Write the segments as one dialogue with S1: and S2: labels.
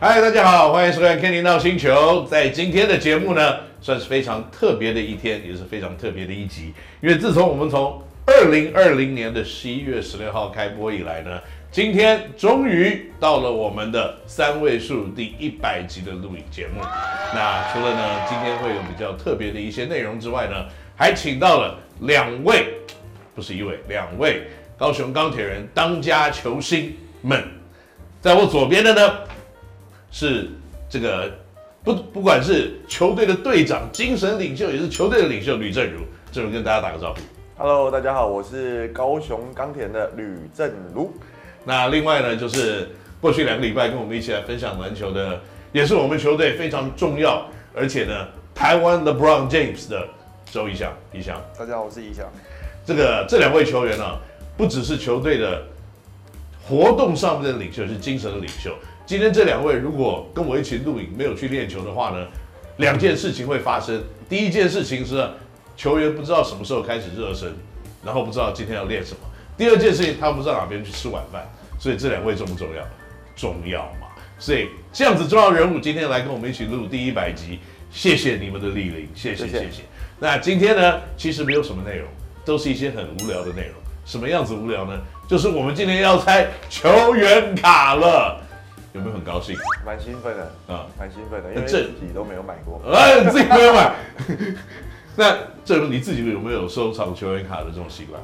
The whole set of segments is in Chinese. S1: 嗨，大家好，欢迎收看《天庭闹星球》。在今天的节目呢，算是非常特别的一天，也是非常特别的一集。因为自从我们从二零二零年的十一月十六号开播以来呢，今天终于到了我们的三位数第一百集的录影节目。那除了呢今天会有比较特别的一些内容之外呢，还请到了两位不是一位，两位高雄钢铁人当家球星们。在我左边的呢是这个不不管是球队的队长、精神领袖，也是球队的领袖吕正如。正如跟大家打个招呼。
S2: Hello，大家好，我是高雄钢铁人的吕正如。
S1: 那另外呢，就是过去两个礼拜跟我们一起来分享篮球的，也是我们球队非常重要，而且呢，台湾 LeBron James 的周一翔，一翔。
S2: 大家好，我是怡翔。
S1: 这个这两位球员呢、不只是球队的活动上面的领袖，是精神的领袖。今天这两位如果跟我一起录影，没有去练球的话呢，两件事情会发生。第一件事情是球员不知道什么时候开始热身，然后不知道今天要练什么。第二件事情，他不知道哪边去吃晚饭。所以这两位重不重要？重要嘛。所以这样子重要人物今天来跟我们一起录第一百集，谢谢你们的莅临，谢谢
S2: 谢谢
S1: 谢谢。那今天呢，其实没有什么内容，都是一些很无聊的内容。什么样子无聊呢？就是我们今天要猜球员卡了，有没有很高兴
S2: 蛮兴奋的，
S1: 啊？
S2: 蛮兴奋的，因为
S1: 这
S2: 自己都没有买 过。
S1: 呃，自己没有买。 那这如你自己有没有收藏球员卡的这种习惯？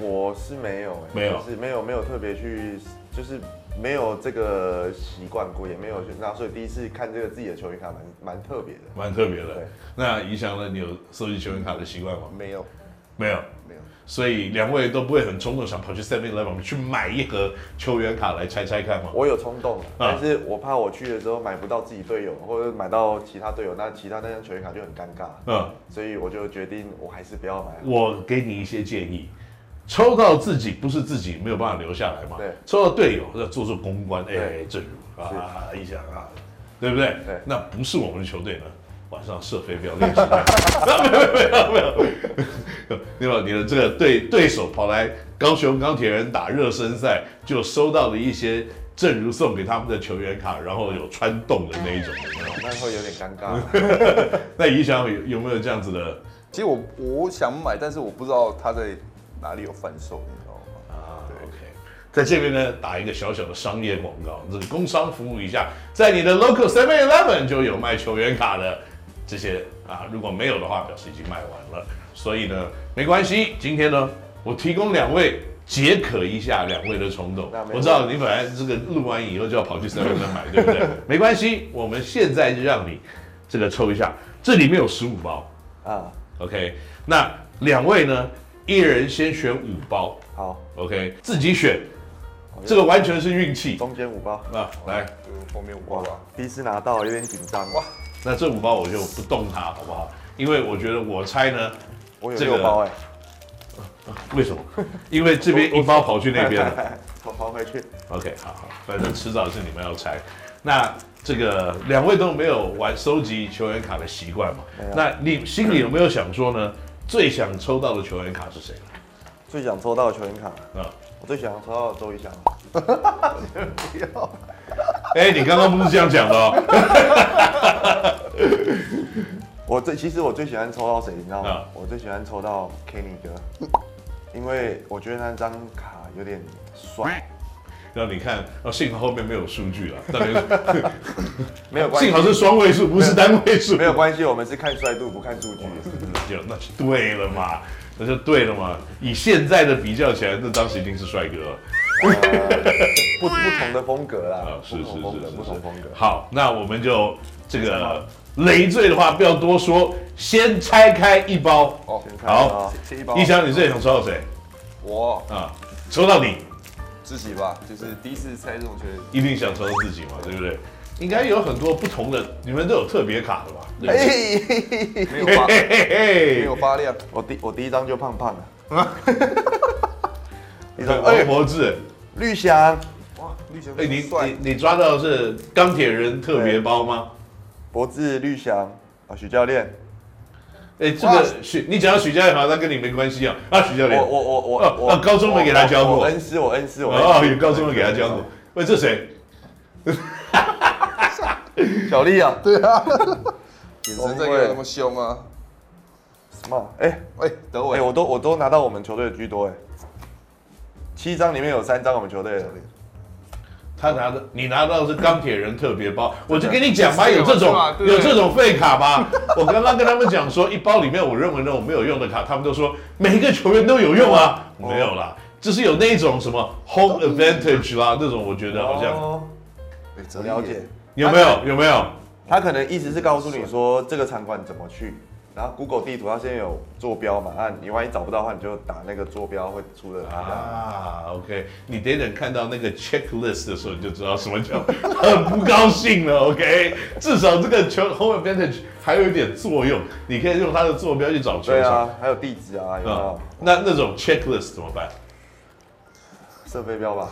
S2: 我是呃没有、欸，
S1: 没有
S2: 就是没有没有特别去，就是没有这个习惯过，也没有去那，所以第一次看这个自己的球员卡蛮蛮特别的。
S1: 蛮特别的
S2: 对。
S1: 那怡翔呢？你有收集球员卡的习惯吗？
S2: 没有，
S1: 没有，
S2: 没有。
S1: 所以两位都不会很冲动想跑去 Seven Eleven 去买一盒球员卡来拆拆看吗？
S2: 我有冲动，
S1: 啊
S2: 但是我怕我去的时候买不到自己队友，或者买到其他队友，那其他那张球员卡就很尴尬，
S1: 嗯，
S2: 所以我就决定我还是不要买 了。
S1: 我给你一些建议。抽到自己不是自己没有办法留下来嘛？
S2: 对
S1: 抽到队友要做做公关，哎、
S2: 对
S1: 正如啊，一翔啊，对不对？
S2: 对
S1: 那不是我们的球队呢，晚上射飞镖练习。 没有没有没有没有，没有你的这个对对手跑来高雄钢铁人打热身赛，就收到了一些正如送给他们的球员卡，然后有穿洞的那一种。有没有
S2: 那会有点尴尬。
S1: 那怡翔有有没有这样子的？
S3: 其实我我想买，但是我不知道它在哪里有贩售，你知道吗？
S1: 啊，OK，在这边呢打一个小小的商业广告，这个工商服务一下，在你的 local Seven Eleven 就有卖球员卡的这些啊，如果没有的话，表示已经卖完了。所以呢，没关系，今天呢，我提供两位。解渴一下两位的冲动
S2: 那，没
S1: 我知道你本来这个录完以后就要跑去 Seven Eleven 买，对不对？没关系，我们现在就让你这个抽一下，这里面有十五包
S2: 啊，
S1: ，OK？那两位呢，一人先选五包，
S2: 好，
S1: OK，自己选，这个完全是运气
S2: 中间五包，
S1: 啊。来，
S3: 就是后面我
S2: 哇
S3: 吧。，
S2: 第一次拿到有点紧张，哇，
S1: 那这五包我就不动它，好不好？因为我觉得我猜呢，
S2: 我有
S1: 这个
S2: 六包哎、
S1: 为 什么？因为这边一包跑去那边了。
S2: 我还回去，
S1: OK，好好，反正迟早是你们要拆。那这个两位都没有玩收集球员卡的习惯嘛
S2: 没？有
S1: 那你心里有没有想说呢？最想抽到的球员卡是谁？
S2: 最想抽到的球员卡，
S1: 啊，
S2: 我最想抽到的周一翔，
S1: 哎，你刚刚不是这样讲的哦。
S2: 我最其实我最喜欢抽到谁，你知道吗？
S1: 啊
S2: 我最喜欢抽到 Kenny 哥，因为我觉得那张卡有点帅，
S1: 让你看，哦，幸好后面没有数据了，当然
S2: 没有
S1: 嗯
S2: 关
S1: 幸
S2: 系
S1: 好，是双位数，不是单位数
S2: 没。有关系，我们是看帅度不看数据，
S1: 就那就对了嘛，那就对了嘛。以现在的比较起来，那当时一定是帅哥了
S2: 不不同的风格啦
S1: 啊，，是
S2: 不
S1: 是
S2: 同风
S1: 是
S2: 格，
S1: 是
S2: 不同风
S1: 是
S2: 格。
S1: 好，那我们就这个累赘的话不要多说，先拆开一包。
S3: 哦，
S2: 先看
S1: 好
S2: 啊，
S3: 这一包
S1: 一翔，你最想抽到谁
S3: 我
S1: 啊？抽到你，
S3: 自己吧，就是第一次猜这种球，
S1: 一定想抽到自己嘛，对不对？应该有很多不同的，你们都有特别卡的吧？对不对
S2: 嘿嘿嘿 嘿
S3: 没有发
S1: 嘿嘿
S3: 没
S1: 嘿
S3: 有发啊亮，
S2: 我第我第一张就胖胖的，第一张哎
S1: 王，柏志，
S2: 绿翔，
S3: 哇，绿球
S1: 哎，你
S3: 帅，
S1: 你你抓到的是钢铁人特别包吗？
S2: 博智绿翔啊，许教练，
S1: 哎、这
S3: 哇
S1: 个许，你讲到许教练好像跟你没关系啊。啊，许教
S2: 我
S1: 练，
S2: 我我
S1: 哦
S2: 我
S1: 哦
S2: 我
S1: 高中没给他教过
S2: 我恩师我恩师我
S1: 哦，
S2: 恩师，
S1: 有高中给他教过。喂，这谁？
S2: 小丽啊
S3: 对啊，眼神在给我
S2: 会
S3: 那么凶啊！
S2: ，smart，哎
S3: 哎、德
S2: 哎，
S3: 伟，
S2: 我都我都拿到我们球队的居多哎，七张里面有三张我们球队的，
S1: 他拿的，你拿到的是钢铁人特别包，我就跟你讲嘛，
S4: 是
S1: 有这种
S4: 是吧对
S1: 有这种废卡吧。 我刚刚跟他们讲说，一包里面我认为那种没有用的卡，他们都说每一个球员都有用啊，没有啦，就是有那种什么 home advantage 啦，那种我觉得好像
S2: 哦
S3: 哎哲
S2: 我
S3: 力
S2: 了
S3: 耶
S2: 解。
S1: 有没有有没有？
S2: 他可能意思是告诉你说这个场馆怎么去，然后 Google 地图它现在有坐标嘛，啊，你万一找不到的话，你就打那个坐标会出的啊。
S1: 啊，OK，你等等看到那个 checklist 的时候，你就知道什么叫 很不高兴了，OK？至少这个球 home advantage 还有一点作用，你可以用它的坐标去找球
S2: 对
S1: 场。
S2: 啊，还有地址啊，有没
S1: 啊
S2: 有，
S1: 那那种 checklist 怎么办？
S2: 射飞镖吧？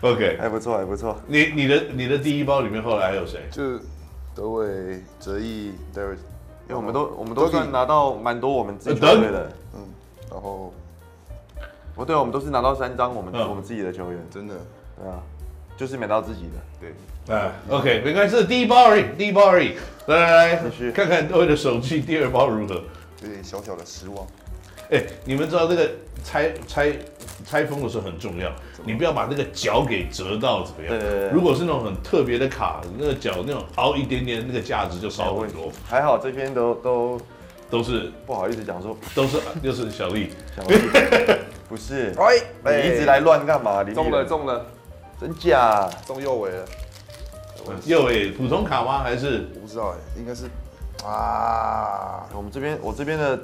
S1: OK，
S2: 还不错，还不错。
S1: 你你的你的第一包里面后来还有谁？
S3: 就是德伟、哲毅、Derek，
S2: 因为我们都我们
S3: 都
S2: 都
S3: 是
S2: 算拿到蛮多我们自己球
S1: 呃等
S2: 队的，
S3: 然后
S2: 不对，我们都是拿到三张我们
S1: 嗯
S2: 我们自己的球员，
S3: 真的
S2: 对啊，就是买到自己的。
S3: 对，
S2: 哎
S1: 啊，OK，没关系，第一包而已，第一包而已。来来来
S2: 必须，
S1: 看看各位的手机第二包如何。
S3: 有点小小的失望。
S1: 哎、你们知道这个拆拆拆封的时候很重要，你不要把那个角给折到怎么样？
S2: 对对对
S1: 如果是那种很特别的卡，那个角那种凹一点点，那个价值就少很多。
S2: 还好这边都都
S1: 都是
S2: 不好意思讲说，
S1: 都是就是小 丽，
S2: 想说不是，你
S3: 哎
S2: 一直来乱干嘛？林立
S4: 中了
S2: 人，
S4: 中了，
S2: 真假？
S3: 中右尾了，
S1: 右诶，普通卡吗？还是
S3: 我不知道哎、应该是啊，
S2: 我们这边我这边的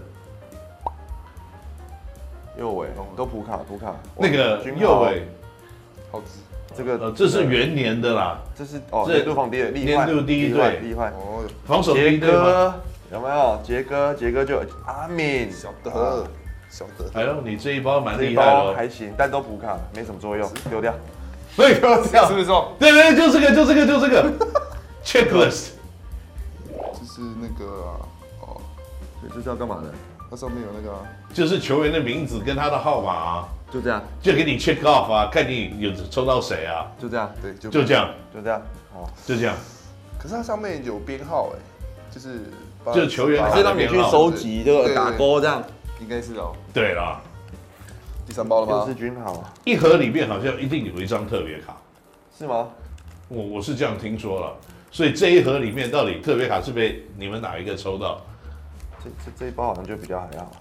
S2: 右尾都普卡普卡，
S1: 那个
S2: 君豪
S1: 右尾？
S3: 好吃
S2: 这个
S1: 呃，这是元年的啦，
S2: 这是哦
S1: 这
S2: 年度防第一立焕
S1: 年度第一
S2: 立焕
S1: 队
S2: 立焕
S3: 哦，
S1: 防守第
S2: 杰
S1: 一队吗？
S2: 哥有没有？杰哥杰哥就阿敏
S3: 小
S2: 啊
S3: 德，小德，
S1: 哎呦，你这一包蛮
S2: 这一
S1: 厉害的
S2: 包
S1: 哦。
S2: 还行，但都普卡没什么作用，丢掉。
S1: 所 以说
S4: 是不是中？
S1: 对对，对就这个，就这个，就这个 checklist。
S3: 就是那个、啊、哦，
S2: 这是要干嘛的？
S3: 它上面有那个、啊，
S1: 就是球员的名字跟他的号码啊，
S2: 就这样
S1: 就给你 check off 啊，看你有抽到谁啊，
S2: 就这样
S3: 对，就
S1: 就这样，
S2: 就这样。好，
S1: 就这样，
S3: 可是它上面有编号哎、就是八
S1: 就是球员
S3: 八
S1: 还是让你去收
S3: 集这个打勾
S2: 这样。
S3: 应该是哦，
S1: 对啦，
S3: 第三包
S2: 又
S3: 了
S2: 是
S3: 吗？
S2: 君豪
S1: 一盒里面好像一定有一张特别卡，
S2: 是吗？
S1: 我我是这样听说了，所以这一盒里面到底特别卡是被你们哪一个抽到？
S2: 这这这一包好像就比较还好。